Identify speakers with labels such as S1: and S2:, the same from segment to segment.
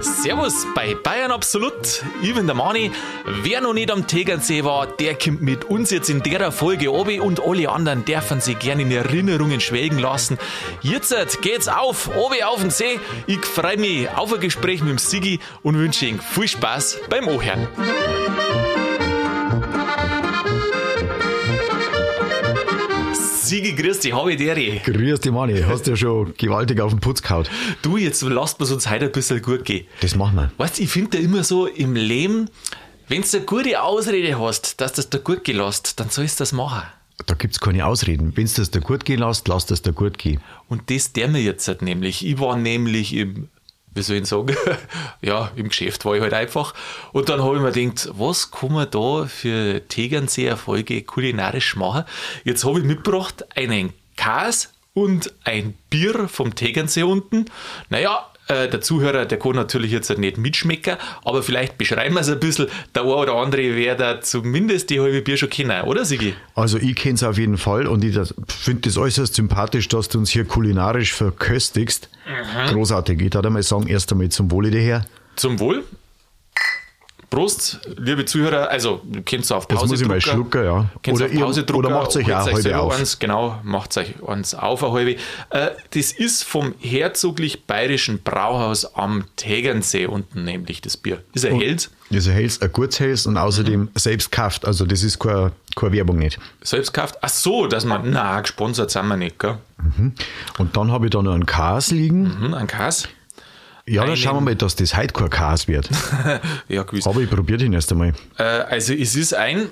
S1: Servus bei Bayern Absolut. Ich bin der Mani. Wer noch nicht am Tegernsee war, der kommt mit uns jetzt in der Folge obi und alle anderen dürfen sie gerne in Erinnerungen schwelgen lassen. Jetzt geht's auf, obi auf den See. Ich freue mich auf ein Gespräch mit dem Sigi und wünsche Ihnen viel Spaß beim Ohren. Sigi, grüß dich, habe ich dir.
S2: Grüß dich, Mani. Hast ja schon gewaltig auf den Putz gehauen.
S1: Du, jetzt lasst wir uns heute ein bisschen gut gehen.
S2: Das machen wir.
S1: Weißt du, ich finde ja immer so im Leben, wenn du eine gute Ausrede hast, dass das da gut gehen lässt, dann sollst du das machen.
S2: Da gibt's keine Ausreden. Wenn's das da gut gehen lässt, lass das da gut gehen.
S1: Und das der mir jetzt halt nämlich. Ich war nämlich im, wie soll ich sagen, ja, im Geschäft war ich halt einfach. Und dann habe ich mir gedacht, was kann man da für Tegernsee-Erfolge kulinarisch machen? Jetzt habe ich mitgebracht einen Käse und ein Bier vom Tegernsee unten. Naja, äh, der Zuhörer, der kann natürlich jetzt halt nicht mitschmecken, aber vielleicht beschreiben wir es ein bisschen. Der eine oder andere wäre da zumindest die halbe Bier schon kennen, oder Sigi?
S2: Also ich kenn's auf jeden Fall und ich finde es äußerst sympathisch, dass du uns hier kulinarisch verköstigst. Großartig. Ich würde mal sagen, erst einmal zum Wohle daher.
S1: Zum Wohl. Prost, liebe Zuhörer. Also, ihr könnt auf Pause
S2: Jetzt muss ich mal
S1: drücken.
S2: schlucken, ja.
S1: Könnt
S2: Oder
S1: auf
S2: ihr-
S1: Pause drücken,
S2: oder macht's euch
S1: holt
S2: auch eine halbe
S1: selber
S2: auf.
S1: Eins, genau, macht euch eins auf eine halbe. Äh, das ist vom herzoglich bayerischen Brauhaus am Tegernsee unten, nämlich das Bier. Ist ein Held,
S2: Das erhältst ein gutes Hälst und außerdem selbst kauft. Also das ist keine, keine Werbung nicht.
S1: selbst gekauft. Ach so, dass man, na, gesponsert sind wir nicht, gell?
S2: Hm? Und dann habe ich da noch einen Kas liegen.
S1: Hm, ein Kass?
S2: Ja, dann
S1: Einen-
S2: schauen wir mal, dass das heute kein Kas wird.
S1: ja, gewiss.
S2: Aber ich probiere den erst einmal.
S1: Äh, also, es ist ein,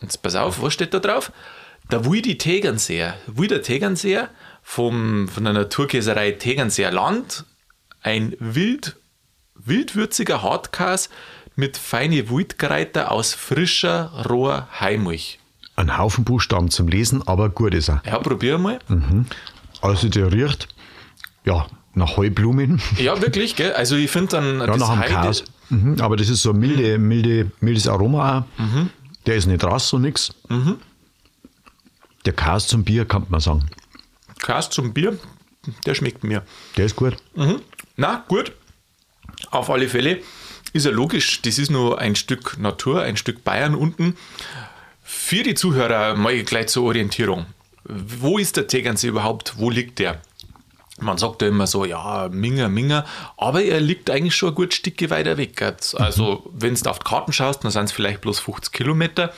S1: jetzt pass auf, was steht da drauf? Der Wildi Tegernseer. Wilder Tegernseer vom, von der Naturkäserei Tegernseer Land. Ein wild, wildwürziger Hartkäse mit feine Wildkräuter aus frischer, roher Heimilch.
S2: Ein Haufen Buchstaben zum Lesen, aber gut ist er.
S1: Ja, probier mal.
S2: Mhm. Also der riecht, ja, nach Heublumen,
S1: Ja, wirklich, gell? Also, ich finde dann
S2: ja,
S1: das Mhm.
S2: nach einem
S1: Heide-
S2: Kas. Mhm, aber das ist so ein milde, milde, mildes Aroma auch.
S1: Mhm.
S2: Der ist nicht rass und nix. Der Kas zum Bier, kann man sagen.
S1: Käse zum Bier, der schmeckt mir.
S2: Der ist gut.
S1: Mhm. Na, gut. Auf alle Fälle ist ja logisch, das ist nur ein Stück Natur, ein Stück Bayern unten. Für die Zuhörer mal gleich zur Orientierung. Wo ist der Tegernsee überhaupt? Wo liegt der? Man sagt ja immer so, ja, Minger, Minger, aber er liegt eigentlich schon ein gut Stücke weiter weg. Also, wenn du auf die Karten schaust, dann sind es vielleicht bloß 50 Kilometer.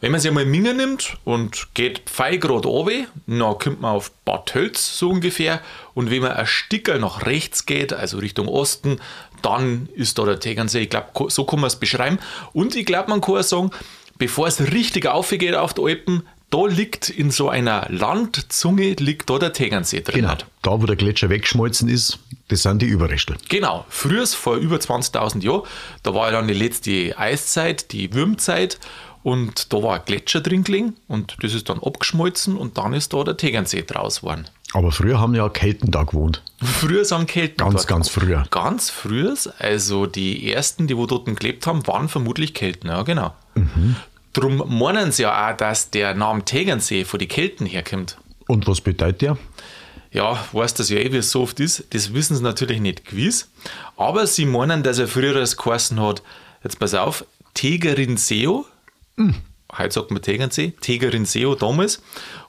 S1: Wenn man sich einmal Minger nimmt und geht Pfeilgrad oben, dann kommt man auf Bad Hölz so ungefähr. Und wenn man ein Stickerl nach rechts geht, also Richtung Osten, dann ist da der Tegernsee. Ich glaube, so kann man es beschreiben. Und ich glaube, man kann auch sagen, bevor es richtig aufgeht auf die Alpen, da liegt in so einer Landzunge, liegt da der Tegernsee drin.
S2: Genau. Da, wo der Gletscher weggeschmolzen ist, das sind die Überreste.
S1: Genau, früher, vor über 20.000 Jahren, da war ja dann die letzte Eiszeit, die Würmzeit und da war ein Gletscher drin gelegen und das ist dann abgeschmolzen und dann ist da der Tegernsee draus geworden.
S2: Aber früher haben ja Kelten da gewohnt.
S1: Früher sind Kelten
S2: Ganz,
S1: dort.
S2: ganz früher.
S1: Ganz früher, also die ersten, die wo dort gelebt haben, waren vermutlich Kelten, ja genau.
S2: Mhm.
S1: Drum meinen sie ja auch, dass der Name Tegernsee von den Kelten herkommt.
S2: Und was bedeutet der?
S1: Ja, weiß das ja eh, wie es so oft ist. Das wissen sie natürlich nicht gewiss. Aber sie meinen, dass er früher das geheißen hat. Jetzt pass auf, Tegerinseo. Heute sagt man Tegernsee. Tegerinseo damals.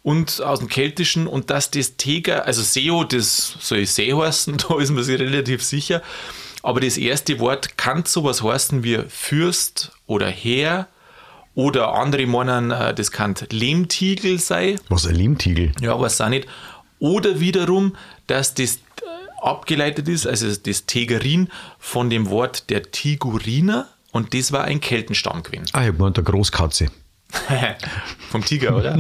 S1: Und aus dem Keltischen. Und dass das Teger, also Seo, das soll See heißen, da ist man sich relativ sicher. Aber das erste Wort kann sowas heißen wie Fürst oder Herr. Oder andere meinen, äh, das kann Lehmtiegel sein.
S2: Was ein Lehmtiegel?
S1: Ja, weiß auch nicht. Oder wiederum, dass das äh, abgeleitet ist, also das Tegerin von dem Wort der Tiguriner und das war ein Keltenstamm gewesen.
S2: Ah, ich hab gemeint, der Großkatze.
S1: vom Tiger, oder?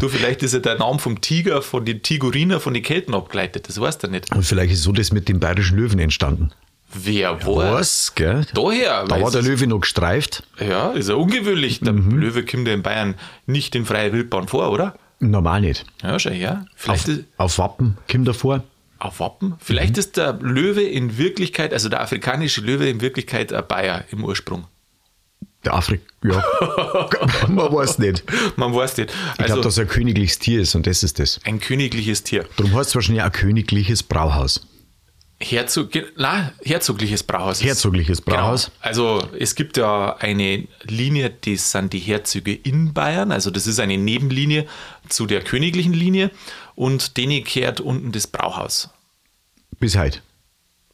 S1: Du, vielleicht ist ja der Name vom Tiger, von den Tiguriner, von den Kelten abgeleitet, das weißt du nicht.
S2: Und vielleicht ist so das mit dem bayerischen Löwen entstanden.
S1: Wer weiß?
S2: Was, gell?
S1: Daher,
S2: Da
S1: weil
S2: war
S1: es
S2: der Mhm.
S1: ist-
S2: Löwe noch gestreift.
S1: Ja, ist ja ungewöhnlich. Der Löwe kommt ja in Bayern nicht in freier Wildbahn vor, oder?
S2: Normal nicht.
S1: Ja, schau her.
S2: Auf,
S1: Vielleicht ist,
S2: auf Wappen kommt er vor.
S1: Auf Wappen? Vielleicht
S2: Mhm.
S1: ist der Löwe in Wirklichkeit, also der afrikanische Löwe in Wirklichkeit ein Bayer im Ursprung.
S2: Der Afrik, ja. Man weiß nicht.
S1: Man weiß nicht.
S2: Ich
S1: Also
S2: glaube, dass er ein königliches Tier ist und das ist das.
S1: ein königliches Tier.
S2: Darum heißt es wahrscheinlich auch königliches Brauhaus.
S1: Herzog, na, herzogliches Brauhaus. ist-
S2: Herzogliches Brauhaus.
S1: Genau. Also es gibt ja eine Linie, das sind die Herzöge in Bayern. Also das ist eine Nebenlinie zu der königlichen Linie. Und denen kehrt unten das Brauhaus.
S2: Bis heute.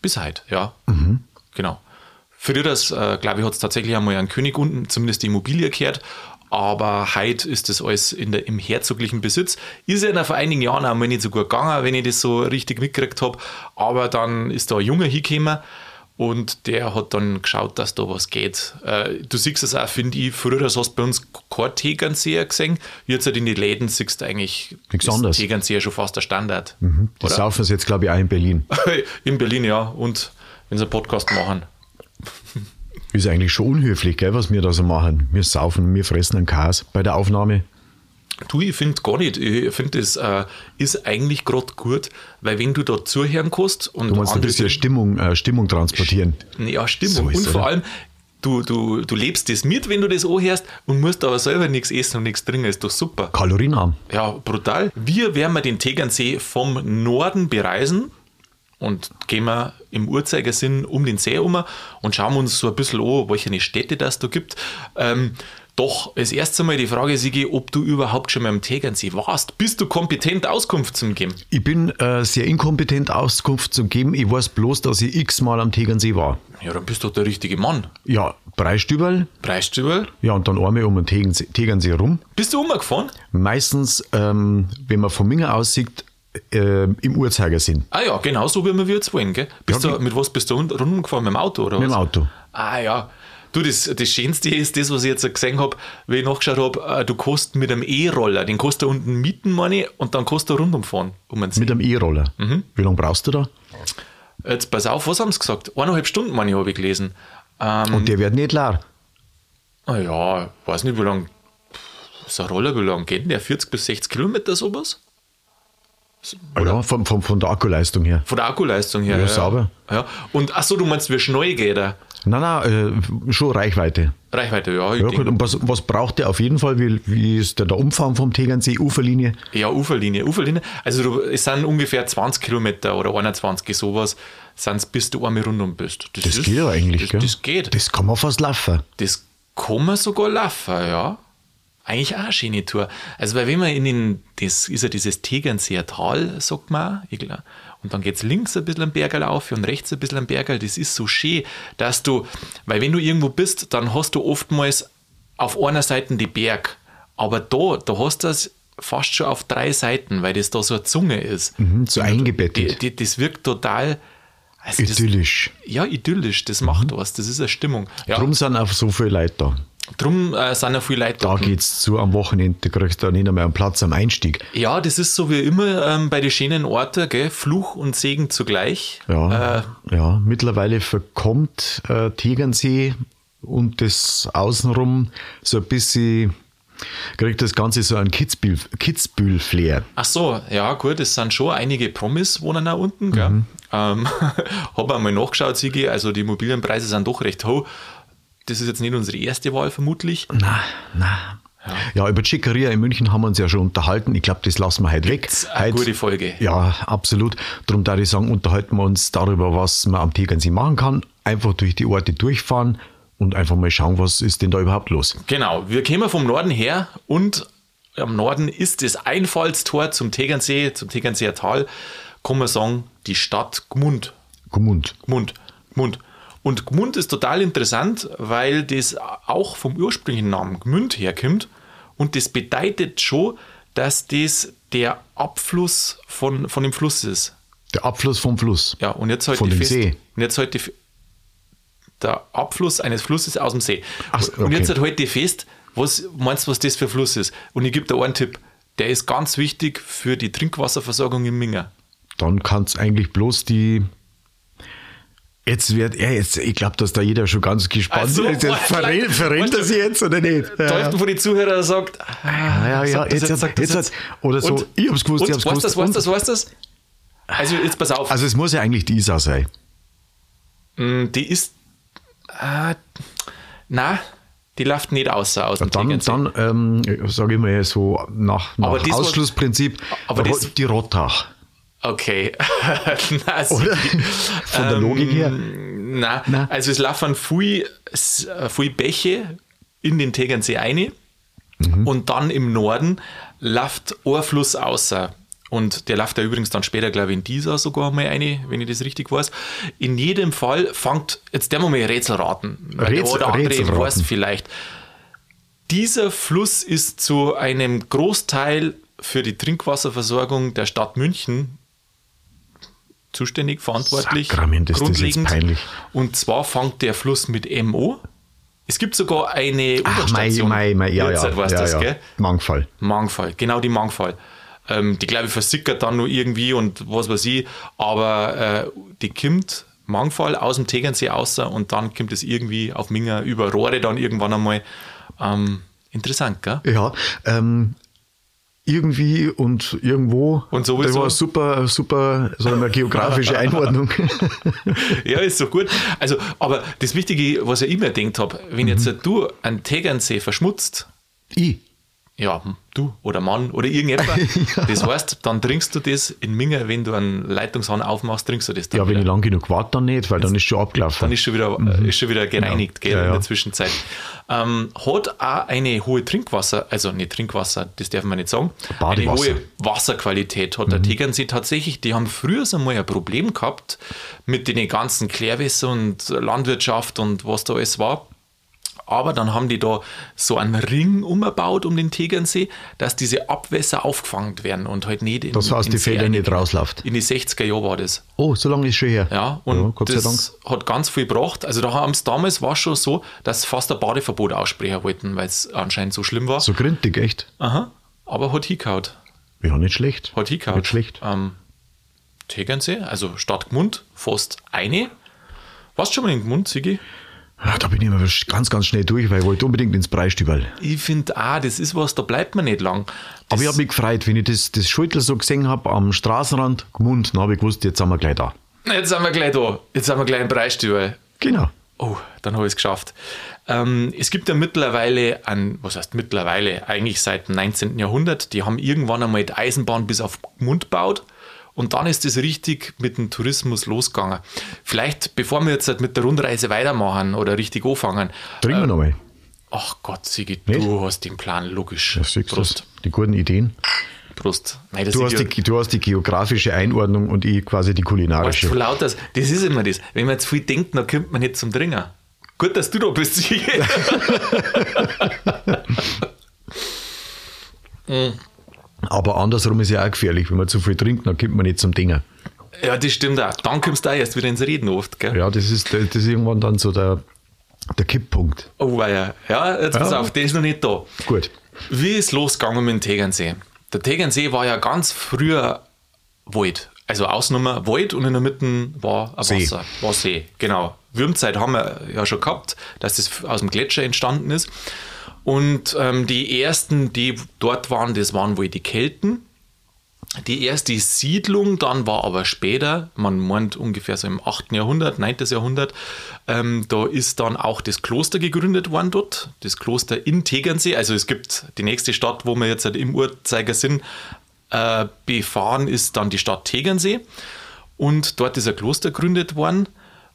S1: Bis heute, ja.
S2: Mhm.
S1: Genau. Früher, das, äh, glaube ich, hat es tatsächlich einmal einen König unten, zumindest die Immobilie kehrt. Aber heute ist das alles in der, im herzoglichen Besitz. Ist ja noch vor einigen Jahren einmal nicht so gut gegangen, wenn ich das so richtig mitgekriegt habe. Aber dann ist da ein Junge hingekommen und der hat dann geschaut, dass da was geht. Äh, du siehst es auch, finde ich, früher das hast du bei uns kein Tegernseher gesehen. Jetzt halt in den Läden siehst du eigentlich
S2: Nichts
S1: ist
S2: anderes. Mhm.
S1: Tegernseher schon fast der Standard.
S2: Die saufen es jetzt, glaube ich, auch in Berlin.
S1: In Berlin, ja. Und wenn sie einen Podcast machen.
S2: Ist eigentlich schon unhöflich, gell, was wir da so machen. Wir saufen, wir fressen einen Kas bei der Aufnahme.
S1: Du, ich finde gar nicht. Ich finde, es äh, ist eigentlich gerade gut, weil wenn du da zuhören kannst und
S2: Du meinst ein
S1: andere
S2: bisschen
S1: sind-
S2: Stimmung, äh, Stimmung transportieren.
S1: ja, stimmt.
S2: So ist,
S1: und vor
S2: oder?
S1: allem, du, du, du lebst das mit, wenn du das anhörst und musst aber selber nichts essen und nichts trinken. Ist doch super.
S2: Kalorienarm.
S1: Ja, brutal. Wir werden wir den Tegernsee vom Norden bereisen und gehen wir im Uhrzeigersinn um den See um und schauen uns so ein bisschen an, welche Städte das da gibt. Ähm, doch, als erstes einmal die Frage, Sigi, ob du überhaupt schon mal am Tegernsee warst. Bist du kompetent, Auskunft zu geben?
S2: Ich bin äh, sehr inkompetent, Auskunft zu geben. Ich weiß bloß, dass ich x-mal am Tegernsee war.
S1: Ja, dann bist du der richtige Mann.
S2: Ja, Breistüberl,
S1: Preist du über?
S2: ja, und dann einmal um den Tegernsee, Tegernsee rum.
S1: Bist du umgefahren?
S2: Meistens, ähm, wenn man vom Minger aussieht, äh, im Uhrzeigersinn.
S1: Ah ja, genau so wie wir jetzt wollen, gell? Bist
S2: Ja,
S1: du, mit was bist du rund- rumgefahren? Mit dem Auto oder
S2: Mit dem
S1: was?
S2: Auto.
S1: Ah ja. Du, das, das Schönste ist das, was ich jetzt gesehen habe, wie ich nachgeschaut habe, du kannst mit einem E-Roller, den kannst du unten mieten, meine ich, und dann kannst du rundum fahren. Um einen See.
S2: Mit einem E-Roller.
S1: Mhm.
S2: Wie lange brauchst du da?
S1: Jetzt pass auf, was haben sie gesagt? Eineinhalb Stunden, meine ich, habe ich gelesen. Ähm,
S2: Und der wird nicht leer.
S1: ah ja, weiß nicht, wie lange, so ein Roller, wie lange geht denn der? 40 bis 60 Kilometer sowas?
S2: Ja, von, von, von der Akkuleistung her.
S1: Von der Akkuleistung her.
S2: Ja, sauber.
S1: Ja. Und achso, du meinst, wie schnell geht er?
S2: Nein, nein, äh, schon Reichweite.
S1: Reichweite, ja. Ich
S2: Ja,
S1: denk-
S2: gut. Und was, was braucht der auf jeden Fall? Wie, wie ist der, der Umfang vom Tegernsee? Uferlinie?
S1: Ja, Uferlinie. Uferlinie. Also du, es sind ungefähr 20 Kilometer oder 21 sowas, sind's, bis du einmal rundum bist.
S2: Das geht ja eigentlich,
S1: das,
S2: gell?
S1: Das geht. Das,
S2: Das kann man fast laufen.
S1: kann man sogar laufen, ja. Eigentlich auch eine schöne Tour. Also weil wenn man in den, das ist ja dieses Tegernseer Tal, sagt man, ich glaub, und dann geht's links ein bisschen am Bergerl auf und rechts ein bisschen am Bergerl, das ist so schön, dass du, weil wenn du irgendwo bist, dann hast du oftmals auf einer Seite die Berg, aber da, da hast du das fast schon auf drei Seiten, weil das da so eine Zunge ist.
S2: Mhm, so eingebettet.
S1: Die, die, das wirkt total also das,
S2: Idyllisch.
S1: ja, idyllisch, das macht was, das ist eine Stimmung. Ja, drum
S2: Drum sind auch so viele Leute da.
S1: äh, sind ja viele Leute
S2: Da
S1: dort.
S2: geht's zu am Wochenende, da kriegst du nicht einmal einen Platz am Einstieg.
S1: Ja, das ist so wie immer ähm, bei den schönen Orten, gell? Fluch und Segen zugleich.
S2: Ja,
S1: Äh,
S2: ja mittlerweile verkommt äh, Tegernsee und das Außenrum so ein bisschen, kriegt das Ganze so einen Kitzbühel- Kitzbühel-Flair.
S1: ach so, ja gut, es sind schon einige Promis wohnen da unten, gell? Ähm, Habe einmal nachgeschaut, Sigi, also die Immobilienpreise sind doch recht hoch. Das ist jetzt nicht unsere erste Wahl vermutlich.
S2: Na, na. Ja, über Chicaria in München haben wir uns ja schon unterhalten. Ich glaube, das lassen wir heute weg.
S1: eine
S2: Heute-
S1: gute Folge.
S2: Ja, absolut. Darum da ich sagen, unterhalten wir uns darüber, was man am Tegernsee machen kann. Einfach durch die Orte durchfahren und einfach mal schauen, was ist denn da überhaupt los.
S1: Genau, wir kämen vom Norden her und am Norden ist das Einfallstor zum Tegernsee, zum Tegernseer Tal, kann man sagen, die Stadt Gmund.
S2: Gmund.
S1: Gmund. Gmund. Und Gmund ist total interessant, weil das auch vom ursprünglichen Namen Gmünd herkommt. Und das bedeutet schon, dass das der Abfluss von, von dem Fluss ist.
S2: Der Abfluss vom Fluss.
S1: Ja, und jetzt heute
S2: Von dem See.
S1: Und jetzt heute der Abfluss eines Flusses aus dem See.
S2: Ach so,
S1: Und jetzt
S2: okay.
S1: halt heute fest, was meinst du, was das für Fluss ist? Und ich gebe dir einen Tipp. Der ist ganz wichtig für die Trinkwasserversorgung in Minger.
S2: Dann kann es eigentlich bloß die. Jetzt wird er jetzt, ich glaube, dass da jeder schon ganz gespannt
S1: Also,
S2: ist. Jetzt verrät, verrät er sie jetzt oder nicht? Ja.
S1: Teufel, wo die Zuhörer sagt,
S2: Ja, ja, ja,
S1: sagt das
S2: jetzt, jetzt,
S1: sagt
S2: jetzt,
S1: das
S2: jetzt. Oder so,
S1: Und-
S2: ich hab's gewusst,
S1: und,
S2: ich hab's
S1: weißt
S2: gewusst.
S1: Das, weißt
S2: Und-
S1: das, weißt das? Also jetzt pass auf,
S2: Also es muss ja eigentlich die Isar sein.
S1: Mm, die ist, ah, äh, na, die läuft nicht außer aus dem
S2: Dann,
S1: Tegernsee.
S2: dann ähm, sage ich mal so nach,
S1: Aber
S2: nach
S1: das war-
S2: Ausschlussprinzip
S1: aber
S2: Ro-
S1: das-
S2: die Rottach.
S1: Okay. Na, sie-
S2: Oder? Von der Logik her.
S1: Ähm, Na,
S2: Na.
S1: also es laufen viele, s- äh, viele Bäche in den Tegernsee ein
S2: Mhm.
S1: und dann im Norden läuft ein Fluss außer. Und der läuft ja übrigens dann später, glaube ich, in dieser sogar mal ein, wenn ich das richtig weiß. In jedem Fall fängt, jetzt der wir mal Rätsel raten. Weil der
S2: Rätsel-
S1: oder andere
S2: Rätsel raten.
S1: weiß vielleicht. Dieser Fluss ist zu einem Großteil für die Trinkwasserversorgung der Stadt München zuständig, verantwortlich,
S2: Sakrament, ist das jetzt
S1: grundlegend.
S2: peinlich.
S1: Und zwar fängt der Fluss mit MO. Es gibt sogar eine
S2: Ach, mein,
S1: U-Bahn-Station.
S2: mein, mein, ja,
S1: Jetzt
S2: ja,
S1: weißt
S2: ja,
S1: du das,
S2: ja.
S1: gell?
S2: Mangfall.
S1: Mangfall, genau die Mangfall. Ähm, die, glaube ich, versickert dann nur irgendwie und was weiß ich, aber äh, die kommt Mangfall aus dem Tegernsee außer und dann kommt es irgendwie auf Minger über Rohre dann irgendwann einmal. Ähm, interessant, gell?
S2: Ja, ähm, irgendwie und irgendwo.
S1: Und sowieso.
S2: Das war super, super, so eine geografische Einordnung.
S1: ja, ist so gut. Also, aber das Wichtige, was ich immer gedacht habe, wenn jetzt
S2: Mhm.
S1: du einen Tegernsee verschmutzt,
S2: I.
S1: ja, hm, du oder Mann oder irgendjemand, das heißt, dann trinkst du das in Minger, wenn du einen Leitungshahn aufmachst, trinkst du das dann.
S2: Ja, wenn
S1: wieder.
S2: ich lang genug warte, dann nicht, weil dann ist schon abgelaufen.
S1: dann ist schon wieder, äh, ist schon wieder gereinigt gell,
S2: Mhm. Ja, ja.
S1: in der Zwischenzeit. Ähm, hat auch eine hohe Trinkwasser, also nicht Trinkwasser, das darf man nicht sagen, eine
S2: Badewasser. Mhm.
S1: hohe Wasserqualität hat der Tegernsee tatsächlich. Die haben früher so mal ein Problem gehabt mit den ganzen Klärwässer und Landwirtschaft und was da alles war. Aber dann haben die da so einen Ring umgebaut um den Tegernsee, dass diese Abwässer aufgefangen werden und halt nicht in
S2: Das heißt,
S1: in
S2: die
S1: See
S2: Felder nicht
S1: reingehen.
S2: rausläuft.
S1: In die 60er Jahren war das.
S2: Oh, so lange ist schon her.
S1: Ja, und
S2: Gott sei
S1: das
S2: Dank.
S1: hat ganz viel gebracht. Also da haben es damals war schon so, dass fast ein Badeverbot aussprechen wollten, weil es anscheinend so schlimm war.
S2: So gründig, echt.
S1: Aha. Aber hat hingehauen.
S2: Ja, nicht schlecht.
S1: Hat hingehauen.
S2: Nicht schlecht.
S1: Ähm, Tegernsee, also Stadt Gmund, fast eine. Warst schon mal in Gmund, Sigi?
S2: Ah, Da bin ich immer sch- ganz, ganz schnell durch, weil ich wollte unbedingt ins Preistüberl.
S1: Ich finde ah, das ist was, da bleibt man nicht lang. Das,
S2: Aber ich habe mich gefreut, wenn ich das, das Schultel so gesehen habe am Straßenrand, Gmund, dann habe ich gewusst, jetzt sind wir gleich da.
S1: jetzt sind wir gleich da. Jetzt sind wir gleich im Preisstuhl.
S2: Genau.
S1: Oh, dann habe ich es geschafft. Ähm, es gibt ja mittlerweile an, was heißt mittlerweile, eigentlich seit dem 19. Jahrhundert, die haben irgendwann einmal die Eisenbahn bis auf Mund gebaut und dann ist es richtig mit dem Tourismus losgegangen. Vielleicht, bevor wir jetzt halt mit der Rundreise weitermachen oder richtig anfangen.
S2: Trinken wir nochmal.
S1: Ach Gott, Sigi,
S2: Nicht?
S1: du hast den Plan, logisch.
S2: Das siehst du,
S1: Prost,
S2: die guten Ideen.
S1: Prost. Nein, das
S2: Du hast,
S1: Sigi-
S2: die, du hast die geografische Einordnung und ich quasi die
S1: Weißt du,
S2: kulinarische.
S1: von lauter, das ist immer das. Wenn man jetzt viel denkt, dann kommt man nicht zum Trinken. Gut, dass du da bist, Sigi. Mm.
S2: Aber andersrum ist ja auch gefährlich. Wenn man zu viel trinkt, dann kommt man nicht zum Dinger.
S1: Ja, das stimmt auch. Dann kommst du auch erst wieder ins Reden oft, gell?
S2: Ja, das ist, das ist irgendwann dann so der, der Kipppunkt.
S1: Oh, weia. Ja, jetzt pass
S2: Ja.
S1: auf, der ist noch nicht da.
S2: Gut.
S1: Wie ist losgegangen mit dem Tegernsee? Der Tegernsee war ja ganz früher Wald. Also Ausnummer Wald und in der Mitte war ein
S2: See.
S1: Wasser. War See, genau. Würmzeit haben wir ja schon gehabt, dass das aus dem Gletscher entstanden ist. Und ähm, die ersten, die dort waren, das waren wohl die Kelten. Die erste Siedlung dann war aber später, man meint ungefähr so im 8. Jahrhundert, 9. Jahrhundert, ähm, da ist dann auch das Kloster gegründet worden dort, das Kloster in Tegernsee. Also es gibt die nächste Stadt, wo wir jetzt halt im Uhrzeigersinn äh, befahren, ist dann die Stadt Tegernsee. Und dort ist ein Kloster gegründet worden,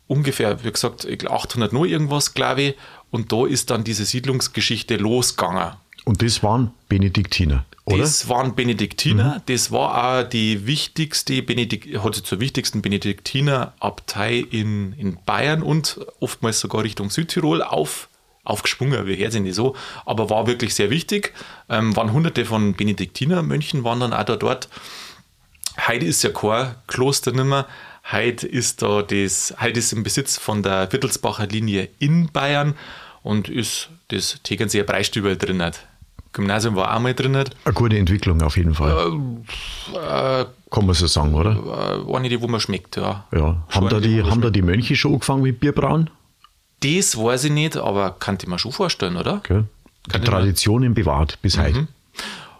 S1: ungefähr, wie gesagt, ich glaub, 800 nur irgendwas, glaube ich. Und da ist dann diese Siedlungsgeschichte losgegangen.
S2: Und das waren Benediktiner, oder?
S1: Das waren Benediktiner. Das war auch die wichtigste Benedikt hatte zur wichtigsten Benediktinerabtei in, in Bayern und oftmals sogar Richtung Südtirol auf, aufgeschwungen, wie her sind die so, aber war wirklich sehr wichtig. Ähm, waren hunderte von Benediktinermönchen waren dann auch da dort. Heute ist ja kein Kloster nimmer. Heute ist da das, heute ist im Besitz von der Wittelsbacher Linie in Bayern und ist das Tegernseer Breistübel drin. Gymnasium war auch mal drin.
S2: Eine gute Entwicklung auf jeden Fall.
S1: Äh,
S2: Kann man so sagen, oder?
S1: eine, die wo man schmeckt, ja.
S2: Ja. Haben,
S1: Schon eine,
S2: da
S1: wo
S2: die,
S1: man
S2: haben da die Mönche schon angefangen mit Bierbrauen?
S1: schmeckt. Das weiß ich nicht, aber kann ich mir schon vorstellen, oder?
S2: Gell? Die
S1: ich Mhm. mir-
S2: Traditionen bewahrt bis heute.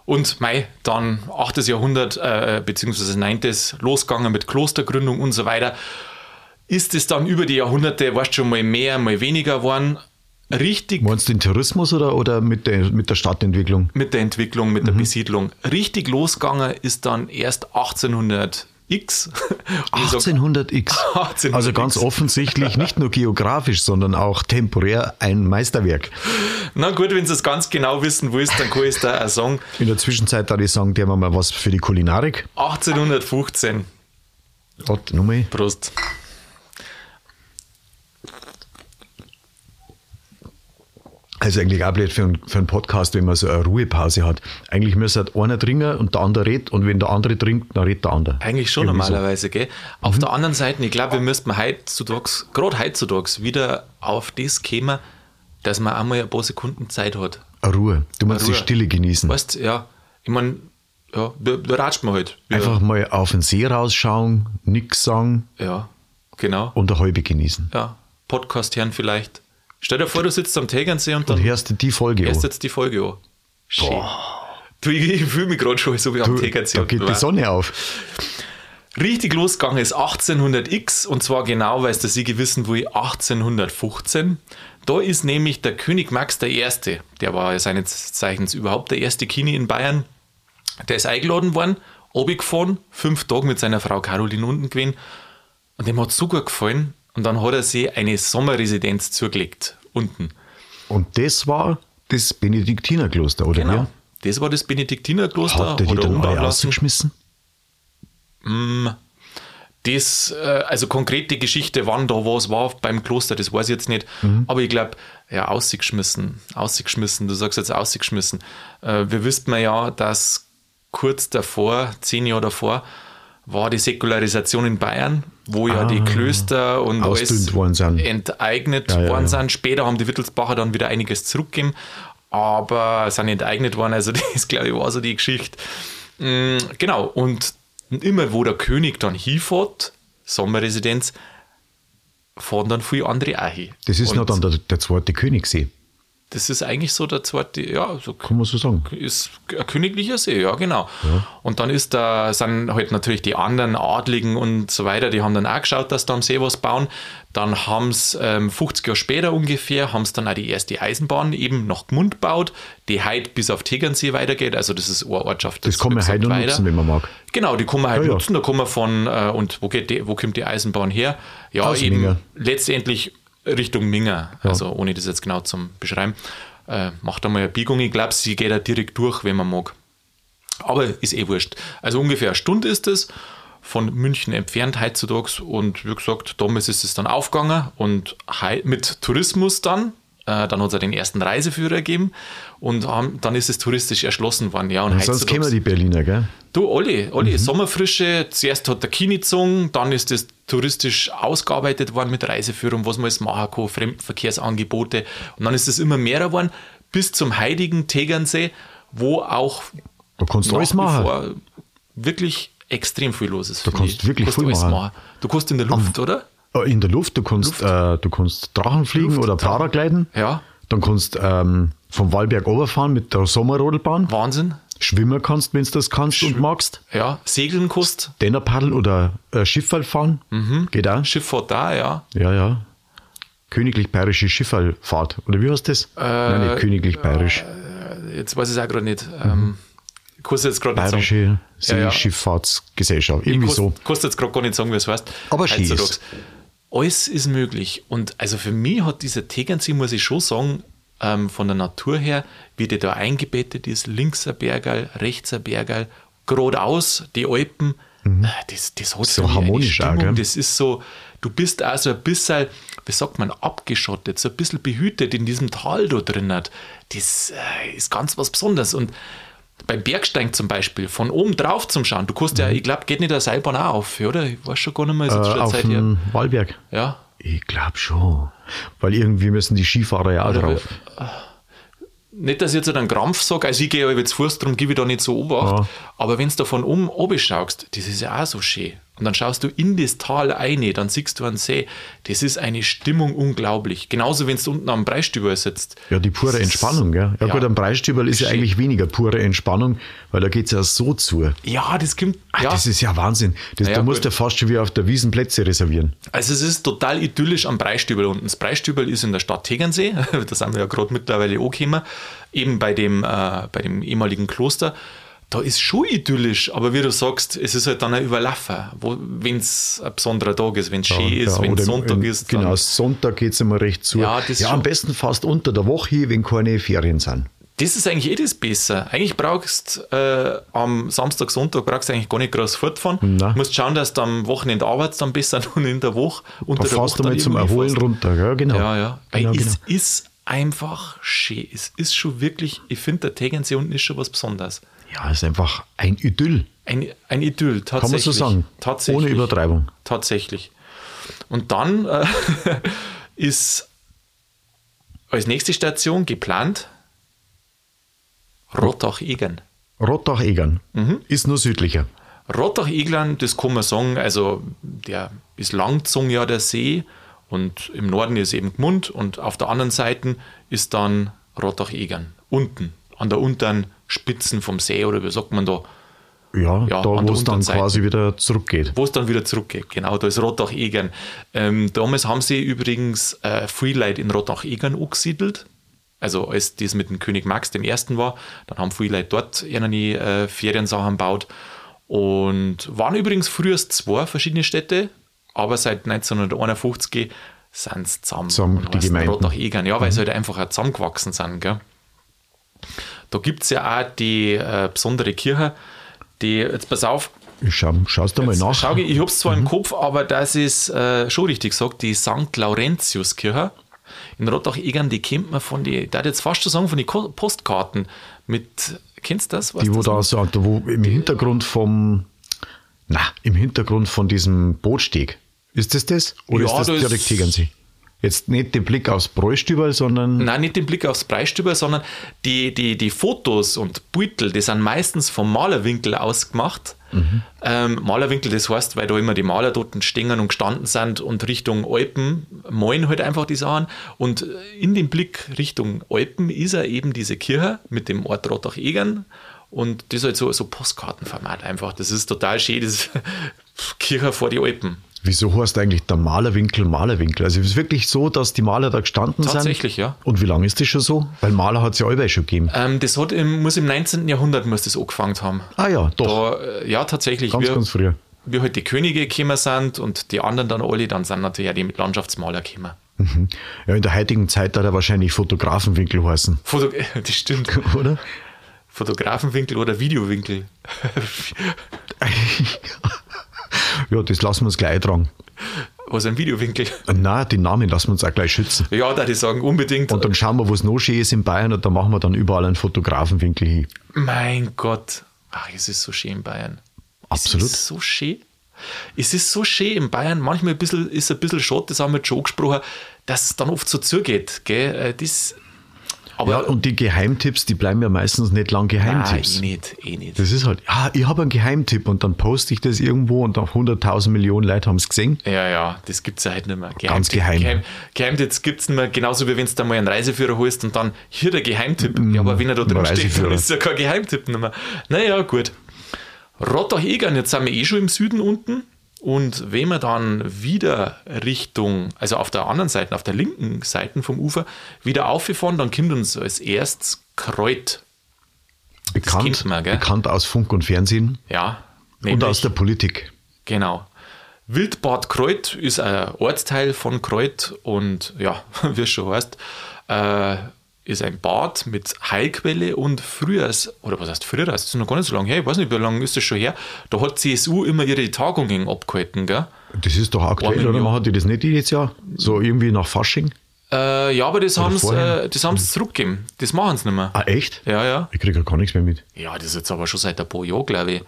S1: Und Mai, dann 8. Jahrhundert, äh, beziehungsweise 9. losgegangen mit Klostergründung und so weiter. Ist es dann über die Jahrhunderte, weißt schon mal mehr, mal weniger geworden? richtig
S2: Meinst du den Tourismus oder, oder mit, der, mit der Stadtentwicklung?
S1: mit der Entwicklung, mit der Besiedlung. Richtig losgegangen ist dann erst 1800x. Und ich sag,
S2: 1800x.
S1: 1800x.
S2: Also ganz offensichtlich nicht nur geografisch, sondern auch temporär ein Meisterwerk.
S1: Na gut, wenn Sie es ganz genau wissen willst, dann kann ich es da auch sagen.
S2: In der Zwischenzeit darf ich sagen, der wir mal was für die Kulinarik.
S1: 1815.
S2: Ott, nochmal.
S1: Prost.
S2: Also eigentlich auch blöd für einen, für einen Podcast, wenn man so eine Ruhepause hat. Eigentlich müsste halt einer trinken und der andere redet und wenn der andere trinkt, dann redet der andere.
S1: Eigentlich schon
S2: Irgendwie so.
S1: normalerweise, gell? Auf
S2: Mhm.
S1: der anderen Seite, ich glaube, wir müssten heutzutage, gerade heutzutage, wieder auf das kommen, dass man einmal ein paar Sekunden Zeit hat.
S2: Eine Ruhe. Du musst die
S1: Ruhe.
S2: Stille genießen.
S1: Weißt ja, ich meine, ja, da, da ratscht man halt. Ja,
S2: Einfach mal auf den See rausschauen, nix sagen
S1: Ja, genau.
S2: und eine halbe genießen.
S1: Ja, Podcast hören vielleicht. Stell dir vor, du sitzt am Tegernsee und
S2: Und
S1: dann
S2: hörst du die Folge
S1: hörst
S2: an.
S1: jetzt die Folge an. Schön. Du, ich ich fühle mich gerade schon so wie am
S2: Du,
S1: Tegernsee.
S2: Äh, da geht die
S1: Wow.
S2: Sonne auf.
S1: Richtig losgegangen ist 1800x und zwar genau, weil es der Siege wissen will, 1815. Da ist nämlich der König Max I., der war ja seines Zeichens überhaupt der erste Kini in Bayern, der ist eingeladen worden, runtergefahren, fünf Tage mit seiner Frau Caroline unten gewesen und dem hat es so gut gefallen und dann hat er sich eine Sommerresidenz zugelegt, unten.
S2: Und das war das Benediktinerkloster, oder?
S1: Genau.
S2: Ja?
S1: Das war das Benediktinerkloster.
S2: Hat der die
S1: hat er
S2: dann
S1: umbauen
S2: alle
S1: lassen.
S2: rausgeschmissen?
S1: Das, äh, also konkrete Geschichte, wann da was war beim Kloster, das weiß ich jetzt nicht.
S2: Mhm.
S1: Aber ich glaube, ja, ausgeschmissen, ausgeschmissen, du sagst jetzt ausgeschmissen. Äh, wir wissen ja, dass kurz davor, zehn Jahre davor, war die Säkularisation in Bayern, wo ja die Klöster und alles
S2: Ah, Ausdünnt worden sind.
S1: enteignet
S2: Ja, ja,
S1: worden
S2: ja.
S1: sind. Später haben die Wittelsbacher dann wieder einiges zurückgegeben, aber sind enteignet worden. Also das, glaube ich, war so die Geschichte. Mm, Genau, und immer wo der König dann hinfährt, Sommerresidenz, fahren dann viele andere auch hin.
S2: Das ist
S1: und
S2: noch dann der, der zweite Königssee,
S1: Das ist eigentlich so der zweite, ja, so
S2: kann man so sagen.
S1: ist ein königlicher See, ja, genau. Und dann ist da, sind halt natürlich die anderen Adligen und so weiter, die haben dann auch geschaut, dass da am See was bauen. Dann haben es ähm, 50 Jahre später ungefähr, haben es dann auch die erste Eisenbahn eben nach Gmund gebaut, die heute bis auf Tegernsee weitergeht. Also, das ist eine Ortschaft.
S2: Das kann man
S1: wie
S2: heute noch
S1: gesagt
S2: nutzen, wenn man mag.
S1: Genau, die kann man halt
S2: Ja, ja.
S1: nutzen. Da kann man von, äh, und wo, geht die, wo kommt die Eisenbahn her? Ja,
S2: Aus
S1: eben
S2: Minga.
S1: letztendlich Richtung Minga. Also ohne das jetzt genau zum Beschreiben. Äh, macht einmal eine Biegung. Ich glaube, sie geht da direkt durch, wenn man mag. Aber ist eh wurscht. Also ungefähr eine Stunde ist es von München entfernt heutzutage. Und wie gesagt, damals ist es dann aufgegangen und hei- mit Tourismus dann. äh, Dann hat es den ersten Reiseführer gegeben und haben- dann ist es touristisch erschlossen worden. Ja, und
S2: Sonst
S1: heutzutage-
S2: kämen die Berliner, gell?
S1: Du, Olli, Olli,
S2: Mhm.
S1: Sommerfrische, zuerst hat der Kini gezogen, dann ist das touristisch ausgearbeitet worden mit Reiseführung, was man alles machen kann, Fremdenverkehrsangebote und dann ist es immer mehr geworden, bis zum heiligen Tegernsee, wo auch
S2: Da kannst du alles machen.
S1: wirklich extrem viel los ist.
S2: Da
S1: finde
S2: kannst
S1: ich.
S2: du wirklich
S1: kannst
S2: viel
S1: alles
S2: machen.
S1: Du kannst in der Luft, oder?
S2: Äh, In der Luft, du kannst, Äh, du kannst Drachen fliegen
S1: Luft,
S2: oder
S1: Drachen.
S2: Paragliden.
S1: Ja.
S2: Dann kannst du ähm, vom Wallberg runterfahren mit der Sommerrodelbahn.
S1: Wahnsinn.
S2: Schwimmen kannst, wenn du das kannst und magst.
S1: Ja, Segeln kannst,
S2: Denner paddeln oder äh, Schifffahrt fahren.
S1: Mhm.
S2: Geht auch.
S1: Schifffahrt da, ja.
S2: Ja, ja. Königlich-Bayerische Schifffahrt. Oder wie heißt das?
S1: Äh,
S2: Nein, nicht Königlich-Bayerisch.
S1: Jetzt weiß ich es auch gerade nicht.
S2: Mhm.
S1: Ähm, kannst du jetzt gerade nicht sagen.
S2: Bayerische
S1: Ja, ja.
S2: Seeschifffahrtsgesellschaft. Irgendwie
S1: Kost-
S2: so.
S1: Kostet jetzt gerade gar nicht sagen, wie es heißt.
S2: Aber Ski ist.
S1: Heutzutage. Alles ist möglich. Und also für mich hat dieser Tegernsee, muss ich schon sagen, ähm, von der Natur her, wie der da eingebettet ist, links ein Bergerl, rechts ein Bergerl, geradeaus die Alpen, äh, das, das hat so
S2: Mhm. harmonisch auch, gell?
S1: Das ist so, du bist auch so ein bisschen, wie sagt man, abgeschottet, so ein bisschen behütet in diesem Tal da drin. Das äh, ist ganz was Besonderes. Und beim Bergsteigen zum Beispiel, von oben drauf zum Schauen, du kannst ja, ich glaube, geht nicht der Seilbahn auch auf, oder? Ich weiß schon gar nicht mehr, ist
S2: Mhm. Äh,
S1: jetzt schon eine
S2: auf
S1: Zeit her.
S2: dem Wallberg.
S1: Ja.
S2: Ich glaube schon. Weil irgendwie müssen die Skifahrer ja auch drauf.
S1: Nicht, dass ich jetzt einen Krampf sage, also ich gehe ja jetzt Fuß drum, gebe ich da nicht so Obacht,
S2: Ja.
S1: aber wenn du da von oben oben schaust, das ist ja auch so schön. Und dann schaust du in das Tal ein, dann siehst du einen See. Das ist eine Stimmung unglaublich. Genauso, wenn du unten am Breistüber sitzt.
S2: Ja, die pure
S1: Das ist-
S2: Entspannung, gell? Ja,
S1: Ja.
S2: gut, am Preisstüberl ist ja eigentlich weniger pure Entspannung, weil da geht es ja so zu.
S1: Ja, das kommt.
S2: Ach,
S1: ja.
S2: Das ist ja Wahnsinn. Das,
S1: Ja,
S2: da musst
S1: gut.
S2: du fast schon wie auf der Wiesen Plätze reservieren.
S1: Also es ist total idyllisch am Breistübel und das Breistübel ist in der Stadt Tegernsee, da sind wir ja gerade mittlerweile eh angekommen, eben bei dem, äh, bei dem ehemaligen Kloster. Da ist schon idyllisch, aber wie du sagst, es ist halt dann ein Überlaufen, wenn es ein besonderer Tag ist, wenn es schön ist,
S2: Ja,
S1: wenn
S2: oder
S1: es
S2: im-
S1: Sonntag
S2: im-
S1: ist.
S2: Genau,
S1: Dann,
S2: Sonntag geht es immer recht zu.
S1: Ja, das
S2: ja am
S1: schon.
S2: besten fast unter der Woche, wenn keine Ferien sind.
S1: das ist eigentlich eh das Besser. Eigentlich brauchst äh, am Samstag, Sonntag brauchst du eigentlich gar nicht groß fortfahren.
S2: Nein.
S1: Du musst schauen, dass du am Wochenende arbeitest, am besten und in der Woche unter
S2: Da
S1: der
S2: fährst
S1: Woche
S2: du mal
S1: dann
S2: zum
S1: irgendwie
S2: Erholen
S1: fährst.
S2: runter, gell? genau.
S1: Ja, ja. Weil
S2: Genau, genau.
S1: es ist einfach schön. Es ist schon wirklich, ich finde, der Tegernsee unten ist schon was Besonderes.
S2: Ja, ist einfach ein Idyll.
S1: Ein, ein Idyll,
S2: man
S1: tatsächlich.
S2: so sagen.
S1: Tatsächlich.
S2: Ohne Übertreibung.
S1: Tatsächlich. Und dann äh, ist als nächste Station geplant Rottach-Egern.
S2: Rottach-Egern
S1: Mhm.
S2: ist nur südlicher.
S1: Rottach-Egern, das kann man sagen, also der ist langzogen ja der See und im Norden ist eben Gmund und auf der anderen Seite ist dann Rottach-Egern, unten, an der unteren Spitzen vom See oder wie sagt man da,
S2: Ja,
S1: Ja,
S2: da
S1: an
S2: wo
S1: der
S2: es dann
S1: Unterseite.
S2: quasi wieder zurückgeht.
S1: wo es dann wieder zurückgeht. Genau, da ist Rottach-Egern. Ähm, damals haben sie übrigens äh, viele Leute in Rottach-Egern angesiedelt. Also als das mit dem König Max dem Ersten war, dann haben viele Leute dort irgendwie äh, Feriensachen gebaut. Und waren übrigens früher zwei verschiedene Städte, aber seit 1951 sind es zusammen.
S2: Zusammen,
S1: Und
S2: die
S1: heißen
S2: Gemeinden. Mhm.
S1: Rottach-Egern, ja, weil sie halt einfach auch zusammengewachsen sind. Gell? Da gibt es ja auch die äh, besondere Kirche, die, jetzt pass auf,
S2: Ich schau, schaust du mal nach. Mhm.
S1: Schau, ich habe es zwar im Kopf, aber das ist äh, schon richtig gesagt, die St. Laurentius-Kirche. In Rottach-Egern, die kennt man von den, da jetzt fast schon sagen, von den Ko- Postkarten mit, kennst du das? Was
S2: die, wo
S1: das
S2: da so, da wo im Hintergrund vom, na, im Hintergrund von diesem Bootsteg. Ist das das? Oder
S1: Ja,
S2: ist das
S1: da ist-
S2: direkt Tegernsee? Jetzt nicht den Blick aufs Bräustüberl, sondern
S1: Nein, nicht den Blick aufs Preisstüber, sondern die, die, die Fotos und Beutel, die sind meistens vom Malerwinkel aus gemacht. Ähm, Malerwinkel, das heißt, weil da immer die Maler dort stehen und gestanden sind und Richtung Alpen malen halt einfach die Sachen. Und in dem Blick Richtung Alpen ist er eben diese Kirche mit dem Ort Rottach-Egern. Und das ist halt so, so Postkartenformat einfach. Das ist total schön, das ist Kirche vor die Alpen.
S2: wieso heißt eigentlich der Malerwinkel Malerwinkel? Also es ist wirklich so, dass die Maler da gestanden sind.
S1: Tatsächlich, ja.
S2: Und wie lange ist das schon so? Weil Maler hat es ja allweil schon gegeben.
S1: Ähm, das hat im, muss im 19. Jahrhundert muss das angefangen haben.
S2: ah ja, doch.
S1: Da, äh, ja, tatsächlich.
S2: ganz,
S1: wir-
S2: ganz früher.
S1: wie halt die Könige gekommen sind und die anderen dann alle, dann sind natürlich auch die Landschaftsmaler gekommen.
S2: Mhm. Ja, in der heutigen Zeit hat er wahrscheinlich Fotografenwinkel heißen.
S1: Foto das stimmt.
S2: Oder?
S1: Fotografenwinkel oder Videowinkel.
S2: ja, das lassen wir uns gleich tragen.
S1: Was ein Videowinkel.
S2: Na, den Namen lassen wir uns auch gleich schützen.
S1: Ja, da die sagen unbedingt.
S2: Und dann schauen wir, wo es noch schön ist in Bayern und da machen wir dann überall einen Fotografenwinkel hin.
S1: mein Gott. Ach, es ist so schön in Bayern.
S2: Absolut.
S1: Es ist so schön. Es ist so schön in Bayern. Manchmal ein bisschen, ist es ein bisschen schade, das haben wir schon gesprochen, dass es dann oft so zugeht. Gell? Äh, Das, aber
S2: Ja, und die Geheimtipps, die bleiben ja meistens nicht lang
S1: nein,
S2: Geheimtipps.
S1: eh nicht, eh nicht.
S2: das ist halt, ah, ich habe einen Geheimtipp und dann poste ich das irgendwo und auch 100.000 Millionen Leute haben es gesehen.
S1: Ja, ja, das gibt es ja heute nicht mehr. Geheim
S2: Ganz geheim.
S1: Geheim, Geheimtipps gibt es nicht mehr, genauso wie wenn du da mal einen Reiseführer holst und dann hier der Geheimtipp. ja, aber wenn er da drin steht, dann
S2: Mm, Reiseführer.
S1: ist es ja kein Geheimtipp nicht mehr. Naja, gut. Rottach-Egern, jetzt sind wir eh schon im Süden unten. Und wenn wir dann wieder Richtung, also auf der anderen Seite, auf der linken Seite vom Ufer, wieder aufgefahren, dann kommt uns als erstes Kreut.
S2: Bekannt,
S1: kennt man, gell?
S2: bekannt aus Funk und Fernsehen
S1: Ja,
S2: und
S1: nämlich-
S2: aus der Politik.
S1: Genau. Wildbad Kreuth ist ein Ortsteil von Kreuth und ja, wie es schon heißt, äh, ist ein Bad mit Heilquelle und früher, oder was heißt früher, das ist noch gar nicht so lange her, ich weiß nicht, wie lange ist das schon her, da hat CSU immer ihre Tagungen abgehalten, gell?
S2: Das ist doch aktuell,
S1: Ordnung,
S2: oder
S1: ja.
S2: machen die das nicht jedes Jahr? So irgendwie nach Fasching?
S1: Äh, ja, aber das haben sie
S2: vorher? Mhm.
S1: äh, das haben's zurückgegeben, das machen sie nicht mehr.
S2: Ah, echt?
S1: Ja, ja.
S2: Ich kriege ja gar nichts mehr mit.
S1: Ja, das ist jetzt aber schon seit ein paar Jahren, glaube ich.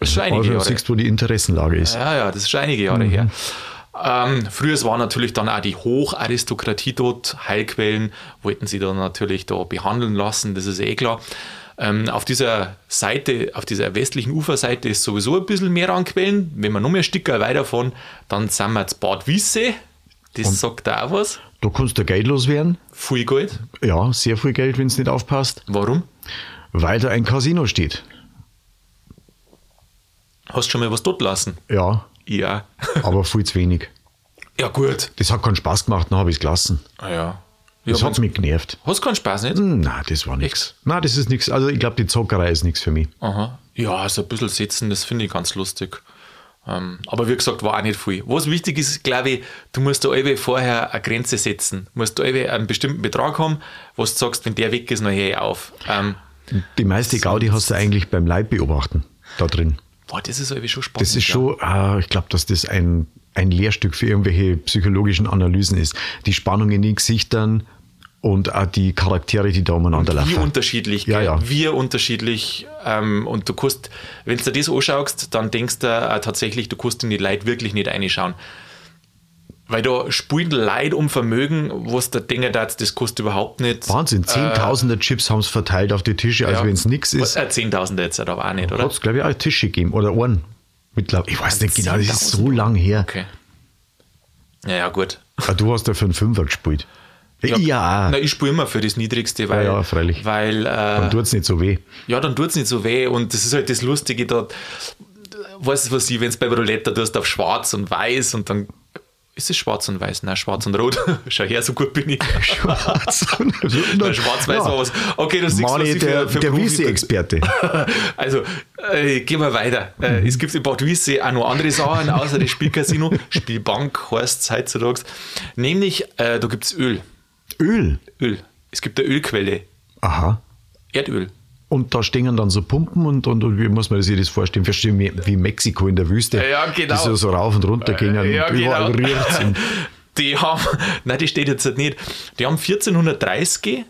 S1: Das ist schon einige
S2: Also du
S1: Jahre.
S2: siehst, wo die Interessenlage ist.
S1: Ja, ja, das ist schon einige Jahre her. Ähm, früher war natürlich dann auch die Hocharistokratie dort, Heilquellen wollten sie dann natürlich da behandeln lassen, das ist eh klar. Äh, Ähm, auf dieser Seite, auf dieser westlichen Uferseite ist sowieso ein bisschen mehr an Quellen. Wenn wir noch mehr Sticker weiter fahren, dann sind wir jetzt Bad Wiese. Das sagt da auch was.
S2: Da kannst du Geld loswerden.
S1: Viel Geld.
S2: Ja, sehr viel Geld, wenn es nicht aufpasst,
S1: Warum?
S2: weil da ein Casino steht.
S1: Hast du schon mal was dort lassen?
S2: Ja,
S1: Ja.
S2: aber viel zu wenig.
S1: Ja, gut.
S2: Das hat keinen Spaß gemacht, dann habe ich es gelassen.
S1: Ah, ja.
S2: Das
S1: ja
S2: hat mich genervt.
S1: hast keinen Spaß, nicht?
S2: Na, das war nichts. Na, das ist nichts. Also ich glaube, die Zockerei ist nichts für mich.
S1: Aha. Ja, so ein bisschen sitzen, das finde ich ganz lustig. Ähm, aber wie gesagt, war auch nicht viel. Was wichtig ist, glaube ich, du musst da alle vorher eine Grenze setzen. Du musst da alle einen bestimmten Betrag haben, was du sagst, wenn der weg ist, dann höre ich auf. Ähm,
S2: Die meiste Gaudi hast du eigentlich beim Leib beobachten, da drin.
S1: boah, das ist irgendwie schon spannend.
S2: Das ist
S1: ja.
S2: schon, ah, ich glaube, dass das ein, ein Lehrstück für irgendwelche psychologischen Analysen ist. Die Spannung in den Gesichtern und auch die Charaktere, die da umeinander
S1: Wie
S2: laufen.
S1: unterschiedlich,
S2: Ja,
S1: gell?
S2: ja.
S1: wie unterschiedlich. Ähm, und du kannst, wenn du dir das anschaust, dann denkst du äh, tatsächlich, du kannst in die Leute wirklich nicht reinschauen. Weil da spielen Leute um Vermögen, was der Dinger da, das kostet überhaupt nicht.
S2: Wahnsinn, Zehntausender Chips haben es verteilt auf die Tische, als wenn es nichts ist.
S1: Äh, 10.000 jetzt aber auch nicht, oder?
S2: Hat es, glaube ich, auch Tische gegeben oder Ohren. Mittlerweile. Ich weiß nicht genau, das ist so
S1: 10.000.
S2: lang her.
S1: Okay. Ja, ja, gut.
S2: Ah, Du hast ja für einen Fünfer gespielt. Ja,
S1: Na, ich spiele immer für das Niedrigste, weil.
S2: ja, freilich.
S1: Weil, äh,
S2: dann tut es nicht so weh.
S1: ja, dann tut es nicht so weh und das ist halt das Lustige da. Weißt du, was ich, wenn es bei Roulette tust auf schwarz und weiß und dann. Ist es schwarz und weiß? Nein, schwarz und rot. Schau her, so gut bin ich.
S2: Schwarz und
S1: Nein, schwarz-weiß war was. Okay, das ist
S2: Mani, der, der Wiese-Experte.
S1: Also, äh, gehen wir weiter. Äh, es gibt in Bad Wiessee auch noch andere Sachen, außer das Spielcasino. Spielbank heißt es heutzutage. Nämlich, äh, da gibt es Öl.
S2: Öl.
S1: Öl. Es gibt eine Ölquelle.
S2: Aha.
S1: Erdöl.
S2: Und da stehen dann so Pumpen und, und, und wie muss man sich das vorstellen? Verstehen wie, wie Mexiko in der Wüste.
S1: Ja, genau.
S2: Die so, so rauf und runter gingen
S1: Ja,
S2: und überall
S1: genau.
S2: riecht's und
S1: Die haben, nein, die steht jetzt nicht. Die haben 1430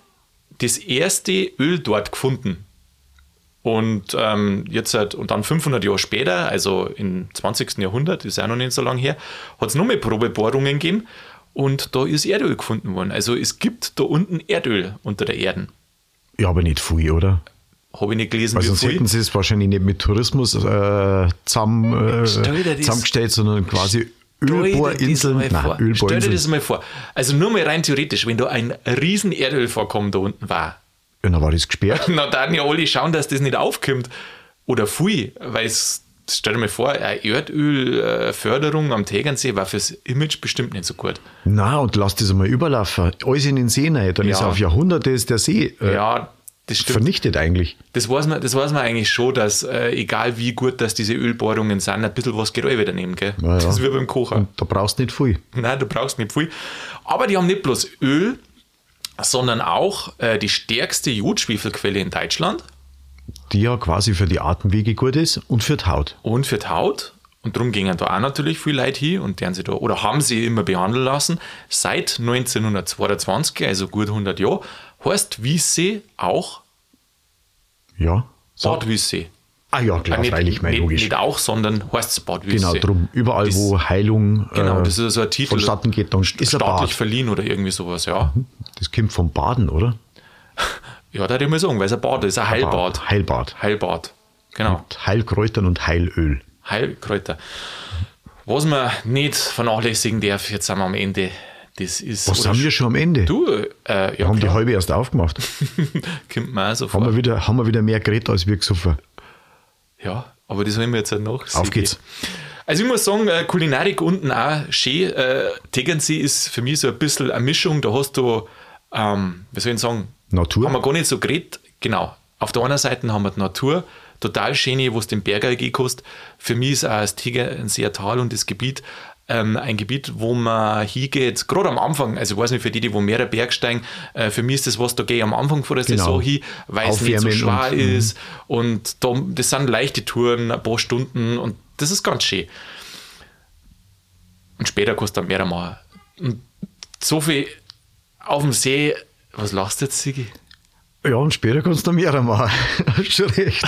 S1: das erste Öl dort gefunden. Und ähm, jetzt halt, und dann 500 Jahre später, also im 20. Jahrhundert, ist ja noch nicht so lange her, hat es nochmal Probebohrungen gegeben und da ist Erdöl gefunden worden. Also es gibt da unten Erdöl unter der Erden.
S2: Ja, aber nicht viel, oder?
S1: Habe ich nicht gelesen,
S2: Weil
S1: wie
S2: Also sonst
S1: viel.
S2: hätten sie es wahrscheinlich nicht mit Tourismus äh, zusammen, äh,
S1: Stell dir das-
S2: zusammengestellt, sondern quasi
S1: Stell dir
S2: Ölbohrinseln.
S1: das mal
S2: Nein,
S1: vor. Stell dir das
S2: Ölbohrinseln.
S1: mal vor. Also nur mal rein theoretisch, wenn da ein riesen Erdölvorkommen da unten war,
S2: Ja, dann war das gesperrt.
S1: na dann ja alle schauen, dass das nicht aufkommt. Oder pfui, weil es, stell dir mal vor, eine Erdölförderung am Tegernsee war fürs Image bestimmt nicht so gut.
S2: Na, und lass das einmal überlaufen. Alles in den See rein, dann ist
S1: Ja.
S2: auf Jahrhunderte ist der See äh,
S1: Ja, das stimmt.
S2: vernichtet eigentlich.
S1: Das weiß, man, das weiß man eigentlich schon, dass äh, egal wie gut dass diese Ölbohrungen sind, ein bisschen was geht auch wieder nehmen. Gell?
S2: Ja, Hm. ja.
S1: Das ist wie beim Kocher.
S2: Und da brauchst du nicht viel.
S1: Nein, du brauchst nicht viel. Aber die haben nicht bloß Öl, sondern auch äh, die stärkste Jodschwefelquelle in Deutschland
S2: Die ja quasi für die Atemwege gut ist und für die Haut.
S1: und für die Haut. Und darum gingen da auch natürlich viele Leute hin und deren sie da, oder haben sie immer behandeln lassen. Seit 1922, also gut 100 Jahre, heißt Wiessee auch
S2: Ja. So.
S1: Bad Wiessee.
S2: Ah ja, klar,
S1: nicht,
S2: freilich, mein
S1: nicht,
S2: logisch.
S1: nicht auch, sondern heißt es Bad
S2: genau,
S1: Wiessee.
S2: drum. Überall,
S1: Das-
S2: wo Heilung
S1: Genau,
S2: äh,
S1: das ist so ein Titel.
S2: vonstatten geht, dann ist ein
S1: staatlich
S2: Bad. Mhm.
S1: verliehen oder irgendwie sowas, ja.
S2: Das kommt vom Baden, oder?
S1: Ja, da hätte ich mal sagen, weil es ein Bad ist, ein Heilbad.
S2: Heilbad.
S1: Heilbad. Genau.
S2: Heilkräutern und Heilöl.
S1: Heilkräuter. Was man nicht vernachlässigen darf, jetzt sind wir am Ende. Das ist.
S2: Was
S1: oder
S2: sind wir schon am Ende?
S1: Du, äh, ja,
S2: haben die
S1: klar,
S2: halbe erst aufgemacht.
S1: kommt mir auch so
S2: haben,
S1: vor.
S2: wir wieder, haben wir wieder mehr geredet, als wir gesoffen.
S1: Ja, aber das haben wir jetzt halt noch.
S2: Auf geht's.
S1: Also ich muss sagen, äh, Kulinarik unten auch schön. Äh, Tegernsee ist für mich so ein bisschen eine Mischung. Da hast du, ähm, wie soll ich sagen,
S2: Natur.
S1: haben wir gar nicht so geredet. Genau. Auf der einen Seite haben wir die Natur, total schöne, wo es den Berger hast. Für mich ist auch das Tegernseer Tal und das Gebiet ähm, ein Gebiet, wo man hingeht, gerade am Anfang, also ich weiß nicht, für die, die wo mehrere Bergsteigen, äh, für mich ist das was, da gehe ich am Anfang vor der
S2: Genau.
S1: Saison hin, weil es nicht so
S2: Aufwärmen
S1: schwer
S2: und- mhm.
S1: ist und da, das sind leichte Touren, ein paar Stunden und das ist ganz schön. Und später kostet dann mehr einmal. Und so viel auf dem See, was lachst du jetzt, Sigi?
S2: Ja, und später kannst du mehr machen. Hast schon recht.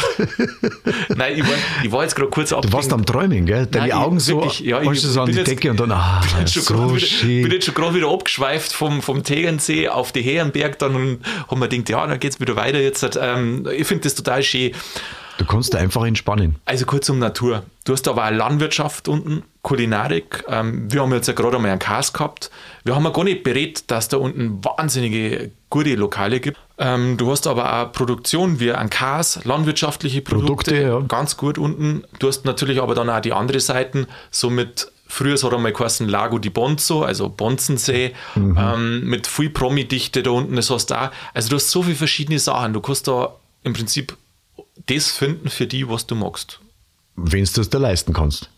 S1: Nein, ich war, ich war jetzt gerade kurz
S2: Du warst am Träumen, gell?
S1: Nein,
S2: Deine
S1: ich-
S2: Augen so,
S1: wirklich, ja, ich
S2: hast du so an
S1: bin
S2: die
S1: jetzt-
S2: Decke und dann, ah,
S1: bin jetzt schon gerade wieder,
S2: so
S1: bin
S2: schön.
S1: jetzt schon gerade wieder abgeschweift vom, vom Tegernsee auf die Heerenberg. Dann haben wir gedacht, ja, dann geht es wieder weiter. Jetzt, ähm, ich finde das total schön.
S2: Du kannst da einfach entspannen.
S1: Also kurz um Natur. Du hast aber auch Landwirtschaft unten, Kulinarik. Ähm, wir haben jetzt ja gerade einmal einen Cast gehabt. Wir haben ja gar nicht berät, dass da unten wahnsinnige gute Lokale gibt. Ähm, du hast aber auch Produktion wie ein Cast, landwirtschaftliche Produkte,
S2: Produkte, ja.
S1: ganz gut unten. Du hast natürlich aber dann auch die andere Seiten, somit Früher hat einmal geheißen Lago di Bonzo, also Bonzensee,
S2: Mhm.
S1: ähm, mit viel Promi-Dichte da unten. Das hast du auch. Also du hast so viele verschiedene Sachen. Du kannst da im Prinzip das finden für die, was du magst.
S2: Wenn du es dir leisten kannst.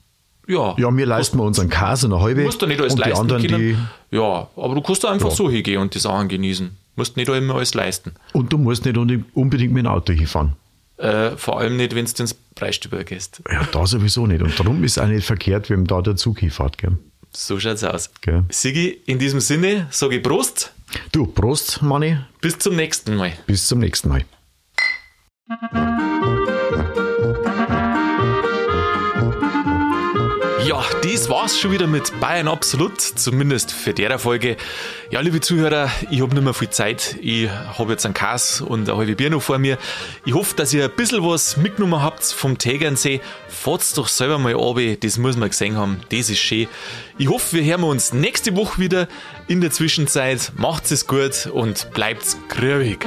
S1: Ja.
S2: Ja, mir leisten wir unseren Käse eine halbe.
S1: Du musst da nicht alles
S2: und die
S1: leisten
S2: anderen,
S1: können.
S2: die.
S1: Ja, aber du kannst da einfach so hingehen und die Sachen genießen. Musst nicht immer alles leisten.
S2: Und du musst nicht undi- unbedingt mit dem Auto hinfahren.
S1: Äh, vor allem nicht, wenn du ins Preisstüber gehst.
S2: Ja, da sowieso nicht. Und darum ist auch nicht verkehrt, wenn da der Zug hinfährt. Gell?
S1: So schaut's aus.
S2: Gell.
S1: Sigi, in diesem Sinne sage ich Prost.
S2: Du, Prost, Manni.
S1: Bis zum nächsten Mal.
S2: Bis zum nächsten Mal.
S1: Ja, dies war's schon wieder mit Bayern Absolut, zumindest für derer Folge. Ja, liebe Zuhörer, ich habe nicht mehr viel Zeit. Ich habe jetzt einen Kas und eine halbe Bier noch vor mir. Ich hoffe, dass ihr ein bisschen was mitgenommen habt vom Tegernsee. Fahrt's doch selber mal runter, das muss man gesehen haben. Das ist schön. Ich hoffe, wir hören uns nächste Woche wieder. In der Zwischenzeit macht's es gut und bleibt's grübig.